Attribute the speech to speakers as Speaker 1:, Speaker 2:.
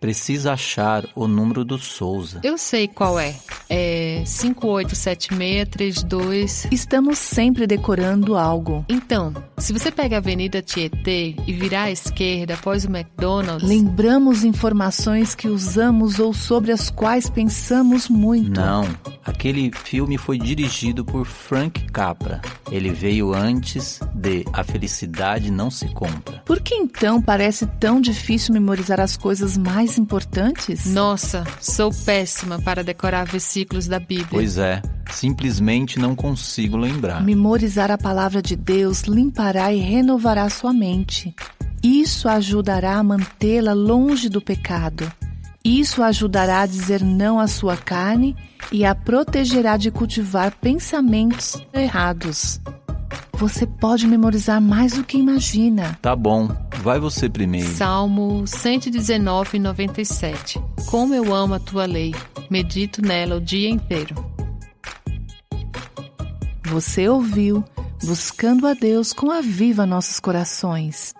Speaker 1: Precisa achar o número do Souza.
Speaker 2: Eu sei qual é. É 587632.
Speaker 3: Estamos sempre decorando algo.
Speaker 2: Então, se você pega a Avenida Tietê e virar à esquerda após o McDonald's,
Speaker 3: Lembramos informações que usamos ou sobre as quais pensamos muito.
Speaker 1: Não, aquele filme foi dirigido por Frank Capra. Ele veio antes de A Felicidade Não Se Compra.
Speaker 3: Por que então parece tão difícil memorizar as coisas mais importantes?
Speaker 2: nossa, sou péssima para decorar versículos da Bíblia.
Speaker 1: Pois é, simplesmente não consigo
Speaker 2: Ah.
Speaker 1: lembrar.
Speaker 3: Memorizar a palavra de Deus limpará e renovará sua mente. Isso ajudará a mantê-la longe do pecado. Isso ajudará a dizer não à sua carne e a protegerá de cultivar pensamentos errados. Você pode memorizar mais do que imagina.
Speaker 1: Tá bom, vai você primeiro.
Speaker 2: Salmo 119, 97. Como eu amo a tua lei, medito nela o dia inteiro.
Speaker 3: Você ouviu, buscando a Deus com aviva nossos corações.